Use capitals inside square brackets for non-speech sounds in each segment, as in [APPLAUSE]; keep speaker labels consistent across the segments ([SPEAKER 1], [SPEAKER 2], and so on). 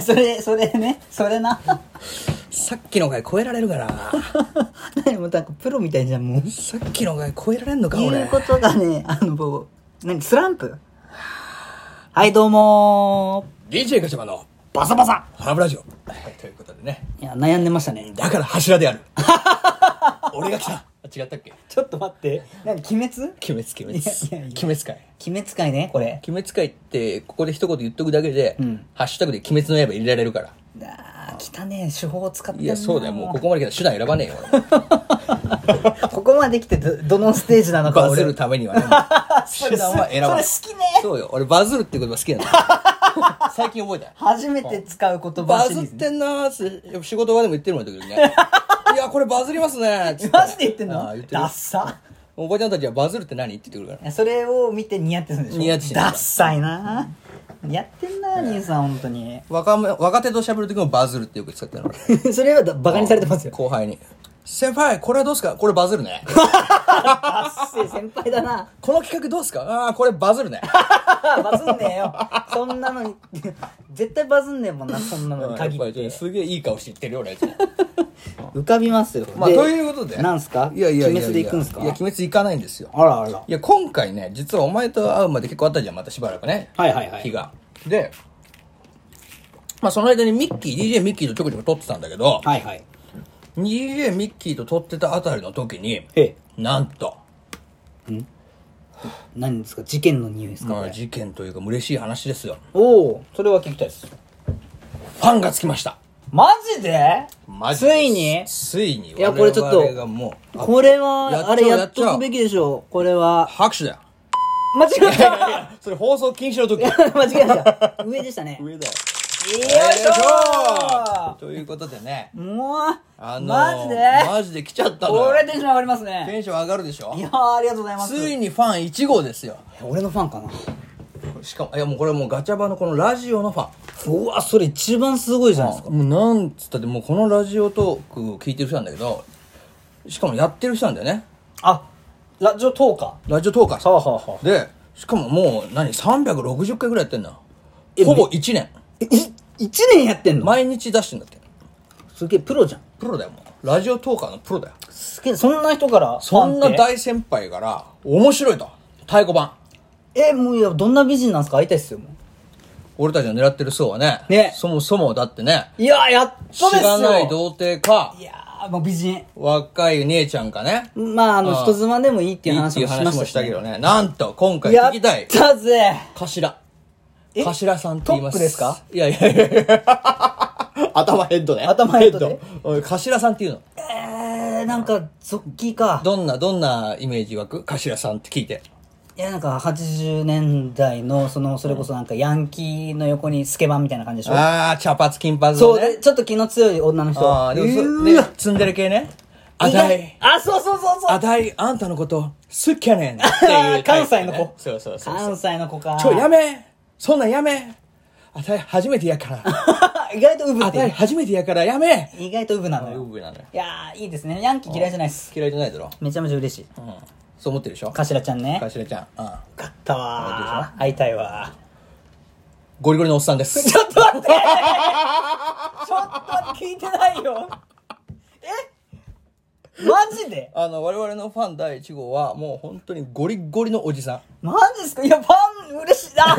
[SPEAKER 1] それ、それね、それな。
[SPEAKER 2] さっきの回超えられるから [LAUGHS] な
[SPEAKER 1] [LAUGHS] 何もうなんかプロみたいじゃん、もう。
[SPEAKER 2] さっきの回超えられんのか
[SPEAKER 1] い
[SPEAKER 2] 俺
[SPEAKER 1] うことがね、あの、もう、何、スランプはい、どうも
[SPEAKER 2] DJ ガチャマンの
[SPEAKER 1] ー。バサバサ
[SPEAKER 2] ハブラジオ、はい、ということでね
[SPEAKER 1] いや、悩んでましたね。
[SPEAKER 2] だから柱である [LAUGHS] 俺が来たあ違ったっけ
[SPEAKER 1] ちょっと待って。何、鬼滅
[SPEAKER 2] 鬼滅鬼滅
[SPEAKER 1] いやいやいや
[SPEAKER 2] 鬼滅会
[SPEAKER 1] 鬼滅界ね、これ。
[SPEAKER 2] 鬼滅会ってここで一言言っとくだけで、
[SPEAKER 1] うん
[SPEAKER 2] ハッシュタグで鬼滅の刃入れられるから
[SPEAKER 1] あー、汚ねえ手法を使ってん
[SPEAKER 2] い
[SPEAKER 1] な
[SPEAKER 2] やそうだよもうここまで来たら手段選ばねえよ
[SPEAKER 1] [LAUGHS] ここまで来てど、どのステージなの
[SPEAKER 2] 俺
[SPEAKER 1] か
[SPEAKER 2] [LAUGHS] バズるために [LAUGHS] はねもう
[SPEAKER 1] そ
[SPEAKER 2] 手
[SPEAKER 1] れ
[SPEAKER 2] 段は選ばない
[SPEAKER 1] それ好きね
[SPEAKER 2] [LAUGHS] そうよ俺バズるって言葉好きなんだ [LAUGHS] 最近覚えた
[SPEAKER 1] 初めて使う言葉
[SPEAKER 2] バ
[SPEAKER 1] シ
[SPEAKER 2] ズ
[SPEAKER 1] リー
[SPEAKER 2] っ
[SPEAKER 1] ズね
[SPEAKER 2] てんなーって、やっぱ仕事場でも言ってるもんだけどね。
[SPEAKER 1] [LAUGHS]
[SPEAKER 2] いや、これバズりますねーっつって。
[SPEAKER 1] マジで言ってんの
[SPEAKER 2] あー言ってる
[SPEAKER 1] ダッ。サ
[SPEAKER 2] おばちゃんたちはバズるって何って言ってくるか
[SPEAKER 1] いやそれを見てニヤってするんでしょ
[SPEAKER 2] ニヤってしてる
[SPEAKER 1] ダッサいなやってんな兄さん本当
[SPEAKER 2] [LAUGHS]
[SPEAKER 1] に
[SPEAKER 2] ら。若め若手と喋る時もバズるってよく使ってるの。
[SPEAKER 1] それはだバカにされてますよ
[SPEAKER 2] 後輩に。先輩、これはどうすかこれバズる
[SPEAKER 1] [LAUGHS]
[SPEAKER 2] ね。
[SPEAKER 1] ダッセー先輩だな [LAUGHS]
[SPEAKER 2] この企画どうすかああー、これバズるね。
[SPEAKER 1] バズんねえよそんなのに [LAUGHS] 絶対バズんねえもんなそんなのに
[SPEAKER 2] やっ
[SPEAKER 1] [LAUGHS] 限
[SPEAKER 2] ぱ
[SPEAKER 1] っ
[SPEAKER 2] りね
[SPEAKER 1] て
[SPEAKER 2] すげえいい顔して言ってるよ、俺。
[SPEAKER 1] [LAUGHS] 浮かびますよ
[SPEAKER 2] まあ、
[SPEAKER 1] で
[SPEAKER 2] ということで。
[SPEAKER 1] なんすか
[SPEAKER 2] いやいやいやい
[SPEAKER 1] 鬼
[SPEAKER 2] や
[SPEAKER 1] 滅で行くんすか
[SPEAKER 2] いや、鬼滅行かないんですよ。
[SPEAKER 1] あらあら
[SPEAKER 2] いや、今回ね、実はお前と会うまで結構あったじゃん、またしばらくね。
[SPEAKER 1] はいはいはい
[SPEAKER 2] 日が。で、まあその間にミッキー、DJ ミッキーとちょこちょこ撮ってたんだけど、
[SPEAKER 1] はいはい
[SPEAKER 2] DJ ミッキーと撮ってたあたりの時に、
[SPEAKER 1] ええ
[SPEAKER 2] なんと、
[SPEAKER 1] 何ですか事件の匂いですか
[SPEAKER 2] ま
[SPEAKER 1] こ
[SPEAKER 2] あ
[SPEAKER 1] れ
[SPEAKER 2] 事件というか嬉しい話ですよ。
[SPEAKER 1] おおそれは聞きたいです
[SPEAKER 2] ファンがつきました。
[SPEAKER 1] マジで
[SPEAKER 2] マジです
[SPEAKER 1] ついに
[SPEAKER 2] ついに。
[SPEAKER 1] いやこれちょっと
[SPEAKER 2] 我々がもう、
[SPEAKER 1] これ
[SPEAKER 2] やっちゃ
[SPEAKER 1] は、
[SPEAKER 2] う
[SPEAKER 1] あれやっ
[SPEAKER 2] やっち
[SPEAKER 1] と
[SPEAKER 2] ゃう
[SPEAKER 1] くべきでしょう。これは。
[SPEAKER 2] 拍手だ
[SPEAKER 1] [LAUGHS]
[SPEAKER 2] よ。
[SPEAKER 1] 間違えた
[SPEAKER 2] それ放送禁止の時。
[SPEAKER 1] 間違えました。上でしたね。よ
[SPEAKER 2] 上だよ。
[SPEAKER 1] い
[SPEAKER 2] よい
[SPEAKER 1] し
[SPEAKER 2] しょ
[SPEAKER 1] ょ
[SPEAKER 2] ということでね、
[SPEAKER 1] もう、
[SPEAKER 2] あの
[SPEAKER 1] マジで
[SPEAKER 2] マジで来ちゃったのよ
[SPEAKER 1] これテンション上がります
[SPEAKER 2] テ
[SPEAKER 1] ね。
[SPEAKER 2] ンション上がるでしょ
[SPEAKER 1] いやー、ありがとうございます。
[SPEAKER 2] ついにファン1号ですよ
[SPEAKER 1] 俺のファンかな。
[SPEAKER 2] しかもいやもうこれはもうガチャバのこのラジオのファ
[SPEAKER 1] う
[SPEAKER 2] ン
[SPEAKER 1] わ、それ一番すごいじゃないですか。
[SPEAKER 2] もうなんつったってもうこのラジオトークを聞いてる人なんだけどしかもやってる人なんだよね
[SPEAKER 1] あ、ラジオ10日。は
[SPEAKER 2] ラジオトーカーさん
[SPEAKER 1] あはあはあ。
[SPEAKER 2] でしかももう何360回ぐらいやってんの
[SPEAKER 1] え
[SPEAKER 2] ほぼ1年
[SPEAKER 1] え、い、一年やってんの
[SPEAKER 2] 毎日出してんだって
[SPEAKER 1] すげえプロじゃん。
[SPEAKER 2] プロだよもうラジオトーカーのプロだよ
[SPEAKER 1] すげえ、そんな人からファンって。
[SPEAKER 2] そんな大先輩から面白いと太鼓判
[SPEAKER 1] え、もういや、どんな美人なんすか会いたいっすよ、も
[SPEAKER 2] 俺たちの狙ってる層はね
[SPEAKER 1] ね
[SPEAKER 2] そもそもだってね
[SPEAKER 1] う。いや、やっとです
[SPEAKER 2] 知
[SPEAKER 1] よ。
[SPEAKER 2] らない童貞か
[SPEAKER 1] いやー、もう美人。
[SPEAKER 2] 若い姉ちゃんかね
[SPEAKER 1] まあ、あの、
[SPEAKER 2] ああ
[SPEAKER 1] 人妻でもいいっていう話
[SPEAKER 2] いい
[SPEAKER 1] も
[SPEAKER 2] っ
[SPEAKER 1] してました
[SPEAKER 2] いう話
[SPEAKER 1] し
[SPEAKER 2] もしたけどね。なんと、今回
[SPEAKER 1] や
[SPEAKER 2] 聞
[SPEAKER 1] っ
[SPEAKER 2] きたい。
[SPEAKER 1] たぜ
[SPEAKER 2] 頭。
[SPEAKER 1] え
[SPEAKER 2] 頭さんと言います。
[SPEAKER 1] トップですか
[SPEAKER 2] いやいやいやいや頭ヘッドね。
[SPEAKER 1] [LAUGHS] 頭ヘッドね
[SPEAKER 2] ヘッド。頭さんっていうの。
[SPEAKER 1] えー、なんか、ゾッキーか。
[SPEAKER 2] どんな、どんなイメージ湧く頭さんって聞いて。
[SPEAKER 1] いや、なんか、80年代の、その、それこそなんか、ヤンキーの横にスケバンみたいな感じでしょ
[SPEAKER 2] あー、茶髪金髪
[SPEAKER 1] そ
[SPEAKER 2] の
[SPEAKER 1] う、で
[SPEAKER 2] ね。
[SPEAKER 1] ちょっと気の強い女の人。
[SPEAKER 2] あー、でもそ、
[SPEAKER 1] うー
[SPEAKER 2] ね
[SPEAKER 1] わ、
[SPEAKER 2] ツンデレ系ね。あたい、。
[SPEAKER 1] あ、そうそうそうそ
[SPEAKER 2] あ
[SPEAKER 1] う。
[SPEAKER 2] たい、あんたのこと、好きやねんっていうタイプ
[SPEAKER 1] 関
[SPEAKER 2] ね。
[SPEAKER 1] 西の子
[SPEAKER 2] そうそうそうそう。
[SPEAKER 1] 関西の子か。
[SPEAKER 2] ちょ、やめそんなんやめあたい、初めてやから。
[SPEAKER 1] [LAUGHS] [LAUGHS] 意外とウブ
[SPEAKER 2] あ
[SPEAKER 1] って
[SPEAKER 2] たい、
[SPEAKER 1] いう。
[SPEAKER 2] 初めてやからやめ
[SPEAKER 1] 意外とウブなのよ。
[SPEAKER 2] ブなのよ。
[SPEAKER 1] いやー、いいですね。ヤンキー嫌いじゃないっす。
[SPEAKER 2] 嫌いじゃないだろ。
[SPEAKER 1] めちゃめちゃ嬉しい。
[SPEAKER 2] うん。そう思ってるでしょ
[SPEAKER 1] かしらちゃん [LAUGHS] ね。よ
[SPEAKER 2] 頭ちゃん。うん。
[SPEAKER 1] かったわー。会いたいわー。
[SPEAKER 2] ゴリゴリのおっさんです。
[SPEAKER 1] ちょっと待ってちょっと待って聞いてないよえマジで
[SPEAKER 2] [LAUGHS] あの、我々のファン第1号は、もう本当にゴリゴリのおじさん。
[SPEAKER 1] マジですかいや、ファン嬉しいな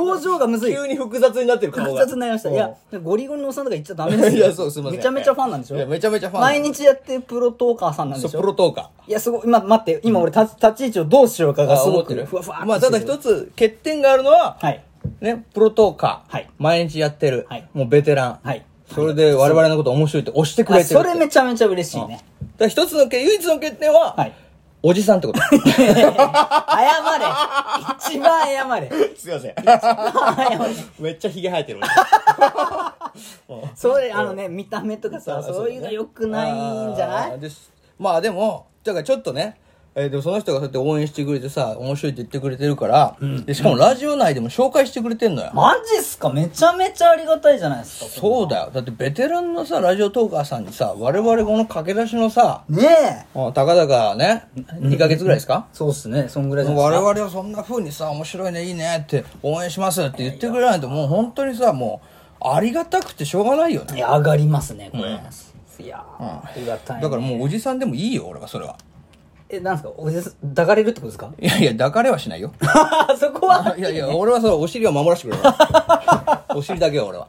[SPEAKER 1] 表情がむずい。
[SPEAKER 2] 急に複雑になってる顔
[SPEAKER 1] 複
[SPEAKER 2] が。
[SPEAKER 1] 雑になりました。いや、ゴリゴリのおっさんとか言っちゃダメです
[SPEAKER 2] い
[SPEAKER 1] よ。
[SPEAKER 2] や、そう、すいません。
[SPEAKER 1] めちゃめちゃファンなんでしょ
[SPEAKER 2] いやめちゃめちゃファン。
[SPEAKER 1] 毎日やってるプロトーカーさんなん
[SPEAKER 2] そ
[SPEAKER 1] で
[SPEAKER 2] う、
[SPEAKER 1] し
[SPEAKER 2] プ
[SPEAKER 1] ょ
[SPEAKER 2] ロトーカ
[SPEAKER 1] いや、すごい。今、待って、今俺立立ち位置をどうしようか
[SPEAKER 2] ー。
[SPEAKER 1] が
[SPEAKER 2] あ
[SPEAKER 1] す
[SPEAKER 2] 思
[SPEAKER 1] ご
[SPEAKER 2] って
[SPEAKER 1] く
[SPEAKER 2] る
[SPEAKER 1] ふわふわっ。と
[SPEAKER 2] まあ、ただ
[SPEAKER 1] してる
[SPEAKER 2] 一つ欠点があるのは、
[SPEAKER 1] はい。
[SPEAKER 2] ね、プロトーカー。
[SPEAKER 1] はい
[SPEAKER 2] 毎日やってる。
[SPEAKER 1] はい
[SPEAKER 2] もうベテラン。
[SPEAKER 1] はい
[SPEAKER 2] それで我々のこと面白いって押してくれ
[SPEAKER 1] あ
[SPEAKER 2] てる
[SPEAKER 1] そ
[SPEAKER 2] って。
[SPEAKER 1] れめちゃめちゃ嬉しいね。
[SPEAKER 2] だから一つのけ、唯一の欠点は、
[SPEAKER 1] はい。
[SPEAKER 2] おじさんってこと。
[SPEAKER 1] 謝れ。一番謝れ。
[SPEAKER 2] [LAUGHS] すいません。
[SPEAKER 1] 謝れ。 [LAUGHS]
[SPEAKER 2] めっちゃヒゲ生えてる。
[SPEAKER 1] そうあのね見た目とかさ
[SPEAKER 2] あ
[SPEAKER 1] そういうの良くないんじゃな
[SPEAKER 2] あー
[SPEAKER 1] い
[SPEAKER 2] ですまあでもだからちょっとねえーでもその人がそうやって応援してくれてさ面白いって言ってくれてるから、でしかもラジオ内でも紹介してくれてんのよ、
[SPEAKER 1] マジっすかめちゃめちゃありがたいじゃないですか
[SPEAKER 2] そうだよだってベテランのさラジオトーカーさんにさ我々この駆け出しのさ
[SPEAKER 1] ねえ
[SPEAKER 2] あたかだかね2ヶ月ぐらいですか、
[SPEAKER 1] そうっすねそんぐらいじゃない
[SPEAKER 2] 我
[SPEAKER 1] です
[SPEAKER 2] 々はそんな風にさ面白いねいいねって応援しますって言ってくれないともう本当にさもうありがたくてしょうがないよね
[SPEAKER 1] いや上がりますねこれ、いやー、
[SPEAKER 2] うん
[SPEAKER 1] ありがたい、ね、
[SPEAKER 2] だからもうおじさんでもいいよ俺はそれは
[SPEAKER 1] えなんですかおじさん抱かれるってことですか [LAUGHS]
[SPEAKER 2] いやいや抱かれはしないよ [LAUGHS]
[SPEAKER 1] そこはい
[SPEAKER 2] やいや俺はそのお尻は守らせてくれよ [LAUGHS] お尻だけは
[SPEAKER 1] [LAUGHS]
[SPEAKER 2] 俺は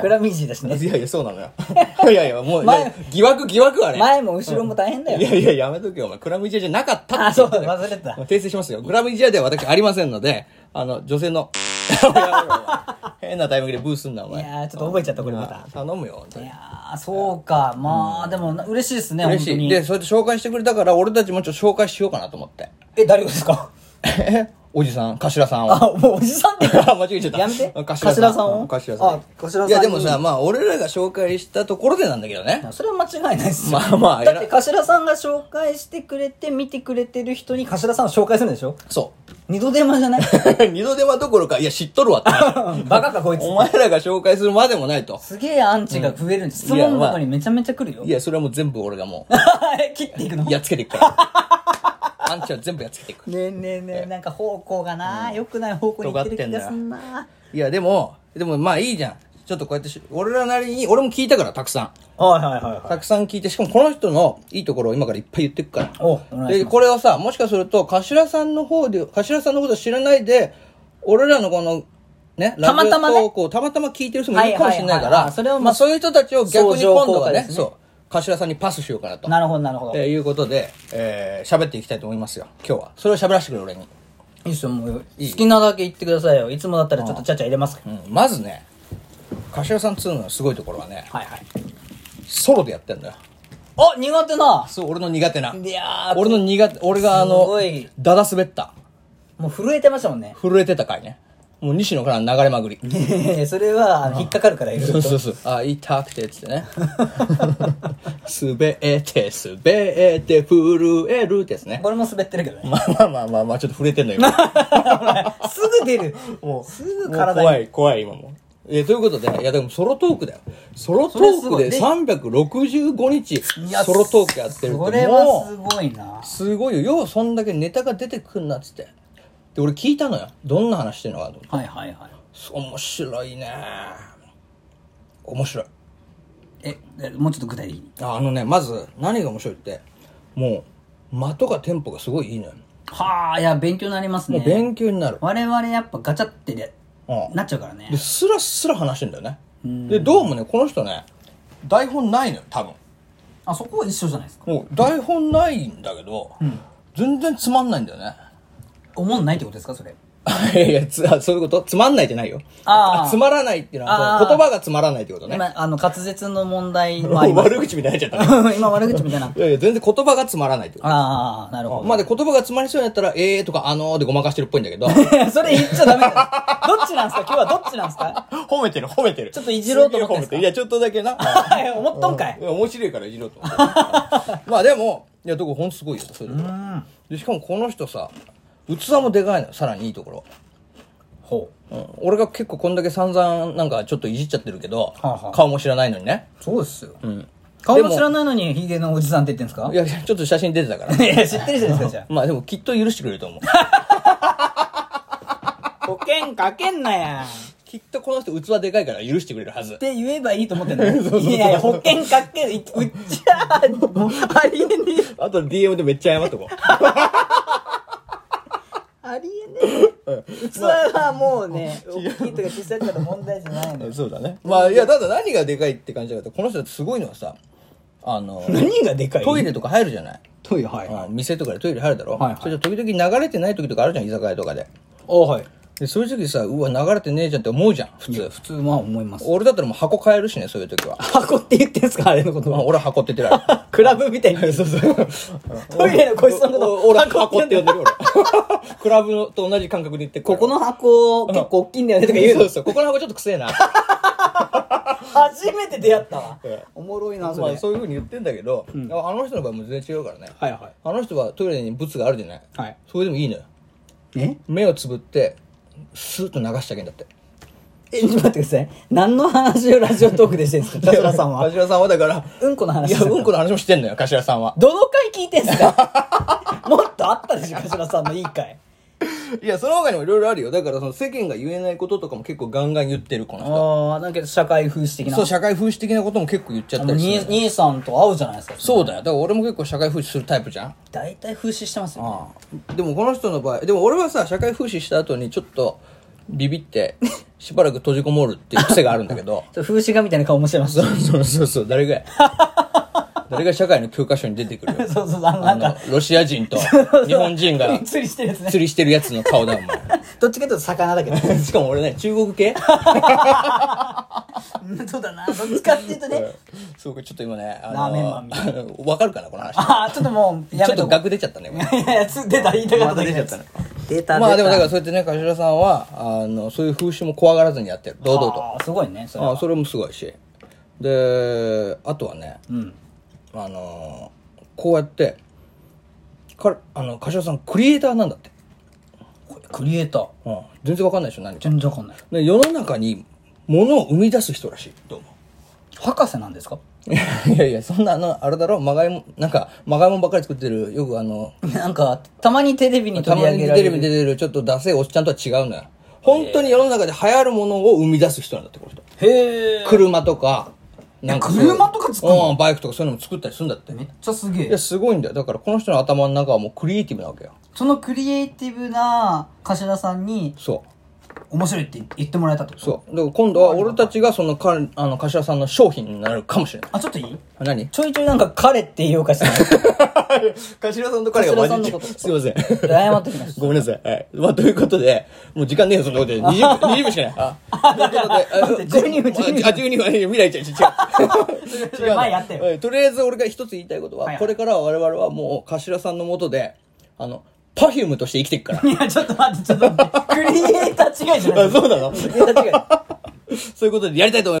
[SPEAKER 1] クラミジーだしね
[SPEAKER 2] いやいやそうなのよ [LAUGHS] いやいやもういや疑惑疑惑あれ
[SPEAKER 1] 前も後ろも大変だよ、
[SPEAKER 2] いやいややめとけよお前クラムジアじゃなかったって
[SPEAKER 1] [LAUGHS] あそうだ忘れてた
[SPEAKER 2] もう訂正しますよ。グラムジアでは私ありませんので、あの、女性の、 [LAUGHS] やめろよお前変なタイミングでブーすんな、お前。
[SPEAKER 1] いやーちょっと覚えちゃったこれまた
[SPEAKER 2] あ頼むよ、本当
[SPEAKER 1] い
[SPEAKER 2] に
[SPEAKER 1] やーそうかまあ、でも嬉しいですね
[SPEAKER 2] 嬉し
[SPEAKER 1] 本当
[SPEAKER 2] い。
[SPEAKER 1] に
[SPEAKER 2] で、そうやって紹介してくれたから、俺たちもちょっと紹介しようかなと思って。
[SPEAKER 1] え誰がですか
[SPEAKER 2] えおじさん、頭さんを。
[SPEAKER 1] あもうおじさんって
[SPEAKER 2] あ [LAUGHS] 間違えちゃった。
[SPEAKER 1] やめて
[SPEAKER 2] 頭
[SPEAKER 1] 頭さんを
[SPEAKER 2] うん頭さん。
[SPEAKER 1] あ頭さんに
[SPEAKER 2] いや、でもさ、まあ、俺らが紹介したところでなんだけどね。
[SPEAKER 1] それは間違いないですよ
[SPEAKER 2] まあまあ
[SPEAKER 1] だって頭さんが紹介してくれて見てくれてる人に頭さんを紹介するんでしょ
[SPEAKER 2] そ
[SPEAKER 1] 二度手間じ
[SPEAKER 2] [LAUGHS]
[SPEAKER 1] ゃない
[SPEAKER 2] う。二度手間どころか、いや、知っと
[SPEAKER 1] [LAUGHS]
[SPEAKER 2] るわって話。
[SPEAKER 1] バカかこいつ
[SPEAKER 2] お前らが紹介するまでもないと。
[SPEAKER 1] すげえアンチが増えるんです、質
[SPEAKER 2] いや
[SPEAKER 1] 問箱にめちゃめちゃ来るよ、
[SPEAKER 2] いや、それはもう全部俺がもう。
[SPEAKER 1] [LAUGHS] 切っていくの
[SPEAKER 2] やっつけてい
[SPEAKER 1] [LAUGHS]
[SPEAKER 2] くから。アンチは全部やっつけていく。
[SPEAKER 1] ねえねえねえなんか方向がな良、くない方向に行ってる気がすんない
[SPEAKER 2] や、でも、でもまあいいじゃん。ちょっとこうやってし、俺らなりに、俺も聞いたから、たくさん。
[SPEAKER 1] はいはいはいはい
[SPEAKER 2] たくさん聞いて、しかもこの人のいいところを今からいっぱい言ってくから。
[SPEAKER 1] おお願いし
[SPEAKER 2] で、
[SPEAKER 1] ま
[SPEAKER 2] これをさ、もしかすると、頭さんの方で、頭さんのこと知らないで、俺らのこの、ね、
[SPEAKER 1] たまたまね
[SPEAKER 2] ラジオ投稿をたまたま聞いてる人もいるかもしれない
[SPEAKER 1] はいはいは
[SPEAKER 2] か
[SPEAKER 1] いは
[SPEAKER 2] ら、
[SPEAKER 1] いそれはもう
[SPEAKER 2] まあそういう人たちを逆に今度
[SPEAKER 1] 相
[SPEAKER 2] は
[SPEAKER 1] 乗効果
[SPEAKER 2] ね
[SPEAKER 1] で、すね
[SPEAKER 2] そう、頭さんにパスしようかなと
[SPEAKER 1] す。なるほどなるほど、
[SPEAKER 2] えーいうことで、えー喋っていきたいと思いますよ、今日は。それを喋らせてくれ、俺に。
[SPEAKER 1] いいっすよもう好きなだけ言ってくださいよいつもだったらちょっとちゃちゃ入れますから
[SPEAKER 2] うん、まずね柏さん2のすごいところはね
[SPEAKER 1] はいはい
[SPEAKER 2] ソロでやってんだよ
[SPEAKER 1] あ苦手な
[SPEAKER 2] そう俺の苦手ない
[SPEAKER 1] やー
[SPEAKER 2] 俺の苦手俺があ
[SPEAKER 1] す
[SPEAKER 2] の
[SPEAKER 1] ごい
[SPEAKER 2] ダダ滑った
[SPEAKER 1] もう震えてましたもんね
[SPEAKER 2] 震えてた回ねもう西野から流れまぐり
[SPEAKER 1] [LAUGHS] それはあの引っかかるからいろい
[SPEAKER 2] そ
[SPEAKER 1] [LAUGHS] ろ
[SPEAKER 2] う
[SPEAKER 1] と
[SPEAKER 2] そうそう [LAUGHS] あ痛くてっつってね [LAUGHS] 滑って滑って震えるってやつね
[SPEAKER 1] これも滑ってるけどね
[SPEAKER 2] まあまあまあまあまあちょっと震えてんの [LAUGHS] 今
[SPEAKER 1] すぐ出る [LAUGHS] もうすぐ
[SPEAKER 2] もう
[SPEAKER 1] 体に
[SPEAKER 2] 怖い怖い今もえということで、いやでもソロトークだよ。ソロトークで365日
[SPEAKER 1] いや
[SPEAKER 2] ソロトークやってるって
[SPEAKER 1] それ
[SPEAKER 2] も
[SPEAKER 1] は
[SPEAKER 2] う
[SPEAKER 1] すごいな
[SPEAKER 2] すごいよ。ようそんだけネタが出てくんなっつって。で、俺聞いたのよ。どんな話してんのかと思って
[SPEAKER 1] はいはいはい
[SPEAKER 2] そう面白いね。面白い。
[SPEAKER 1] ええもうちょっと具体的に
[SPEAKER 2] ああのね、まず何が面白いって、もう、間とかテンポがすごいいいのよ。
[SPEAKER 1] はあいや勉強になります
[SPEAKER 2] もう
[SPEAKER 1] ね
[SPEAKER 2] 勉強になる。
[SPEAKER 1] 我々やっぱガチャってで
[SPEAKER 2] うん
[SPEAKER 1] なっちゃうからね
[SPEAKER 2] で、スラスラ話してんだよね。で、どうもね、この人ね、台本ないのよ、多分。
[SPEAKER 1] あそこは一緒じゃないですか
[SPEAKER 2] もう台本ないんだけど、全然つまんないんだよね。 [LAUGHS]
[SPEAKER 1] 思んないってことですかそれ
[SPEAKER 2] いやいやつあそういうことつまんないじゃないよ。
[SPEAKER 1] あー
[SPEAKER 2] つまらないっていうのは、
[SPEAKER 1] あー
[SPEAKER 2] 言葉がつまらないってことね。
[SPEAKER 1] 今あの滑舌の問題もあります
[SPEAKER 2] [LAUGHS] 悪口みたいになっちゃったね。
[SPEAKER 1] [LAUGHS] 今 [LAUGHS] 悪口みたいない
[SPEAKER 2] やいや、全然言葉がつまらないってこと。
[SPEAKER 1] ああなるほど
[SPEAKER 2] まあで、言葉がつまりそうになったら、えーとかあのーでごまかしてるっぽいんだけど。
[SPEAKER 1] [LAUGHS] それ言っちゃダメだよどっちなんすか今日はどっちなんすか
[SPEAKER 2] [LAUGHS]
[SPEAKER 1] [LAUGHS]
[SPEAKER 2] 褒めてる、褒めてる。
[SPEAKER 1] ちょっといじろうと思ってんすか
[SPEAKER 2] すげえ褒めるいや、ちょっとだけ [LAUGHS] な。
[SPEAKER 1] はい思っとんかい
[SPEAKER 2] いや面白いからいじろうと思って。まあでも、いや、どこほんとすごいよ、そういうとこで、しかもこの人さ、器もでかいのよさらにいいところ。
[SPEAKER 1] ほう
[SPEAKER 2] うん、俺が結構こんだけ散々なんかちょっといじっちゃってるけど、
[SPEAKER 1] あはあ
[SPEAKER 2] 顔も知らないのにね。
[SPEAKER 1] そうですよ顔も知らないのにヒゲのおじさんって言ってんすか
[SPEAKER 2] いや、いやちょっと写真出てたから。
[SPEAKER 1] いや知ってるじゃないですかじゃ
[SPEAKER 2] まあでもきっと許してくれると [LAUGHS] 思う。
[SPEAKER 1] あ保険かけんなやっ
[SPEAKER 2] きっとこの人器でかいから許してくれるはず。
[SPEAKER 1] て言えばいいと思ってんの [LAUGHS] いやいや保険かけうちはもうありえねえ
[SPEAKER 2] あと DM でめっちゃ謝っとこ
[SPEAKER 1] ありえねえ器はもうね大きいとか小さいとかの問題じゃないの
[SPEAKER 2] う。そうだね。まあいや、ただ何がでかいって感じだけど、この人すごいのはさ、あの、
[SPEAKER 1] 何がでか
[SPEAKER 2] トイレとか入るじゃない。
[SPEAKER 1] トイレはい
[SPEAKER 2] うん店とかでトイレ入るだろ、
[SPEAKER 1] はいはい
[SPEAKER 2] それじゃ時々流れてない時とかあるじゃん、居酒屋とかで。
[SPEAKER 1] あはい
[SPEAKER 2] で、そういう時さ、うわ、流れてねえじゃんって思うじゃん、普通。
[SPEAKER 1] 普通は思います
[SPEAKER 2] 俺だったらもう箱変えるしね、そういう時は。
[SPEAKER 1] 箱って言ってんすかあれのこと
[SPEAKER 2] まあ俺は箱って言ってない。
[SPEAKER 1] [LAUGHS] クラブみたいにそうそうトイレの個室のこと
[SPEAKER 2] おお俺箱って
[SPEAKER 1] 言
[SPEAKER 2] 呼
[SPEAKER 1] うんだ
[SPEAKER 2] でる俺クラブと同じ感覚で言って
[SPEAKER 1] こ
[SPEAKER 2] こ
[SPEAKER 1] この箱結構大きいんだよねとか言う
[SPEAKER 2] そ
[SPEAKER 1] の
[SPEAKER 2] うそうここの箱ちょっとくせえな
[SPEAKER 1] 初めて出会ったわ
[SPEAKER 2] ええ
[SPEAKER 1] おもろいなそ
[SPEAKER 2] まあ
[SPEAKER 1] れ
[SPEAKER 2] そういうふうに言ってんだけど、あの人の場合も全然違うからね
[SPEAKER 1] はいは
[SPEAKER 2] あの人はトイレにブツがあるじゃない
[SPEAKER 1] いはい
[SPEAKER 2] それでもいいのよ
[SPEAKER 1] え
[SPEAKER 2] 目をつぶってスーッと流してあげんだって
[SPEAKER 1] え、ちょっと待ってください。何の話をラジオトークでしてるん [LAUGHS] ですか、桂さんは。
[SPEAKER 2] 頭さんはだから
[SPEAKER 1] うんこの
[SPEAKER 2] い
[SPEAKER 1] 話
[SPEAKER 2] や
[SPEAKER 1] してた
[SPEAKER 2] うんこの話もしてんのよ頭さんは
[SPEAKER 1] [LAUGHS] どの回聞いてんすかもっとあったでしょ、桂さんのいい回。
[SPEAKER 2] いや、その他にもいろいろあるよ。だから、その世間が言えないこととかも結構ガンガン言ってる、この人。
[SPEAKER 1] ああ、なんか社会風刺的な。
[SPEAKER 2] そう、社会風刺的なことも結構言っちゃ
[SPEAKER 1] あ
[SPEAKER 2] った
[SPEAKER 1] の
[SPEAKER 2] りす
[SPEAKER 1] 兄
[SPEAKER 2] る。
[SPEAKER 1] 兄さんと会うじゃないですか。
[SPEAKER 2] そうだよ。だから俺も結構社会風刺するタイプじゃん。
[SPEAKER 1] 大体風刺してますよ。
[SPEAKER 2] ああでもこの人の場合でも俺はさ社会風刺した後にちょっとビビってしばらく閉じこもるっていう癖があるんだけど
[SPEAKER 1] ちょっと風刺画みたいな顔もしてます。そう
[SPEAKER 2] そうそうそう
[SPEAKER 1] [LAUGHS]
[SPEAKER 2] 誰が誰が社会の教科書に出てくるよ
[SPEAKER 1] そうそう、あの、な
[SPEAKER 2] あ
[SPEAKER 1] ん
[SPEAKER 2] の
[SPEAKER 1] か、
[SPEAKER 2] ロシア人と
[SPEAKER 1] [LAUGHS]
[SPEAKER 2] 日本人が
[SPEAKER 1] 釣りしてるやつね。
[SPEAKER 2] 釣りしてるやつの顔だお
[SPEAKER 1] [LAUGHS]
[SPEAKER 2] 前
[SPEAKER 1] どっちかというと魚だけど。
[SPEAKER 2] しかも俺ね中国系
[SPEAKER 1] うんそうだな、どっちかっていうとね。
[SPEAKER 2] そうかちょっと今ねあ
[SPEAKER 1] ラーメンマンみ
[SPEAKER 2] のわかるかなこの話ち
[SPEAKER 1] ああ、ちょっともう、や
[SPEAKER 2] ょ
[SPEAKER 1] め
[SPEAKER 2] っと
[SPEAKER 1] とこ
[SPEAKER 2] 額出ちゃったね今
[SPEAKER 1] う。いやいや、つ出た、言いたかっただけです
[SPEAKER 2] また出。
[SPEAKER 1] 出た、
[SPEAKER 2] まあ
[SPEAKER 1] 出
[SPEAKER 2] でも
[SPEAKER 1] た
[SPEAKER 2] だからそうやってね頭さんはあのそういう風刺も怖がらずにやってる堂々と
[SPEAKER 1] あーすごいね、それ
[SPEAKER 2] あ
[SPEAKER 1] は。
[SPEAKER 2] あそれもすごいしであとはね、
[SPEAKER 1] うん。
[SPEAKER 2] あのーこうやってかあの柏さんクリエイターなんだって、
[SPEAKER 1] これクリエイター。
[SPEAKER 2] うん、全然わかんないでしょ何
[SPEAKER 1] 全然わかんない。
[SPEAKER 2] で世の中に物を生み出す人らしいどうも
[SPEAKER 1] 博士なんですか
[SPEAKER 2] [LAUGHS] いやいやそんなあのあれだろまがいもなんかまがいもんばっかり作ってるよくあの
[SPEAKER 1] なんか、たまにテレビに
[SPEAKER 2] た
[SPEAKER 1] 取り
[SPEAKER 2] ま
[SPEAKER 1] 上
[SPEAKER 2] に
[SPEAKER 1] げられ
[SPEAKER 2] テレ
[SPEAKER 1] る。
[SPEAKER 2] ビに出てるちょっとダセいおっちゃんとは違うのよ本当に世の中で流行るものを生み出す人なんだってこの人
[SPEAKER 1] へえ。
[SPEAKER 2] 車とかなんかそういう
[SPEAKER 1] 車とか作る
[SPEAKER 2] うんバイクとかそういうのも作ったりするんだって
[SPEAKER 1] めっちゃすげ
[SPEAKER 2] い
[SPEAKER 1] え
[SPEAKER 2] や。すごいんだよだからこの人の頭の中はもうクリエイティブなわけよ
[SPEAKER 1] そのクリエイティブな頭さんに
[SPEAKER 2] そ
[SPEAKER 1] 面白いって言ってもらえたってこと
[SPEAKER 2] うそうだから今度は俺たちがそのかあの柏さんの商品になるかもしれない
[SPEAKER 1] あ、ちょっといい
[SPEAKER 2] 何
[SPEAKER 1] ちょいちょいなんか彼って言おうか [LAUGHS] しら。
[SPEAKER 2] [LAUGHS] 柏さんと
[SPEAKER 1] 彼が混じっ
[SPEAKER 2] すいません [LAUGHS]
[SPEAKER 1] 謝ってきまし
[SPEAKER 2] ごめんなさい、はいまあ、ということでもう時間ねえよそんなことで20分 ,20 分しかないあ
[SPEAKER 1] 待って12分12分
[SPEAKER 2] あ12分未来ちゃん違う
[SPEAKER 1] [LAUGHS] た。それ前やったよ。
[SPEAKER 2] はいとりあえず俺が一つ言いたいことは、
[SPEAKER 1] はいはい
[SPEAKER 2] これからは我々はもう頭さんのもとであのパフュームとして生きていくから [LAUGHS]
[SPEAKER 1] いや、ちょっと待って、ちょっと待って。クリエイター違いじゃない
[SPEAKER 2] あそうなの [LAUGHS]
[SPEAKER 1] クリエイター違い。
[SPEAKER 2] そういうことでやりたいと思います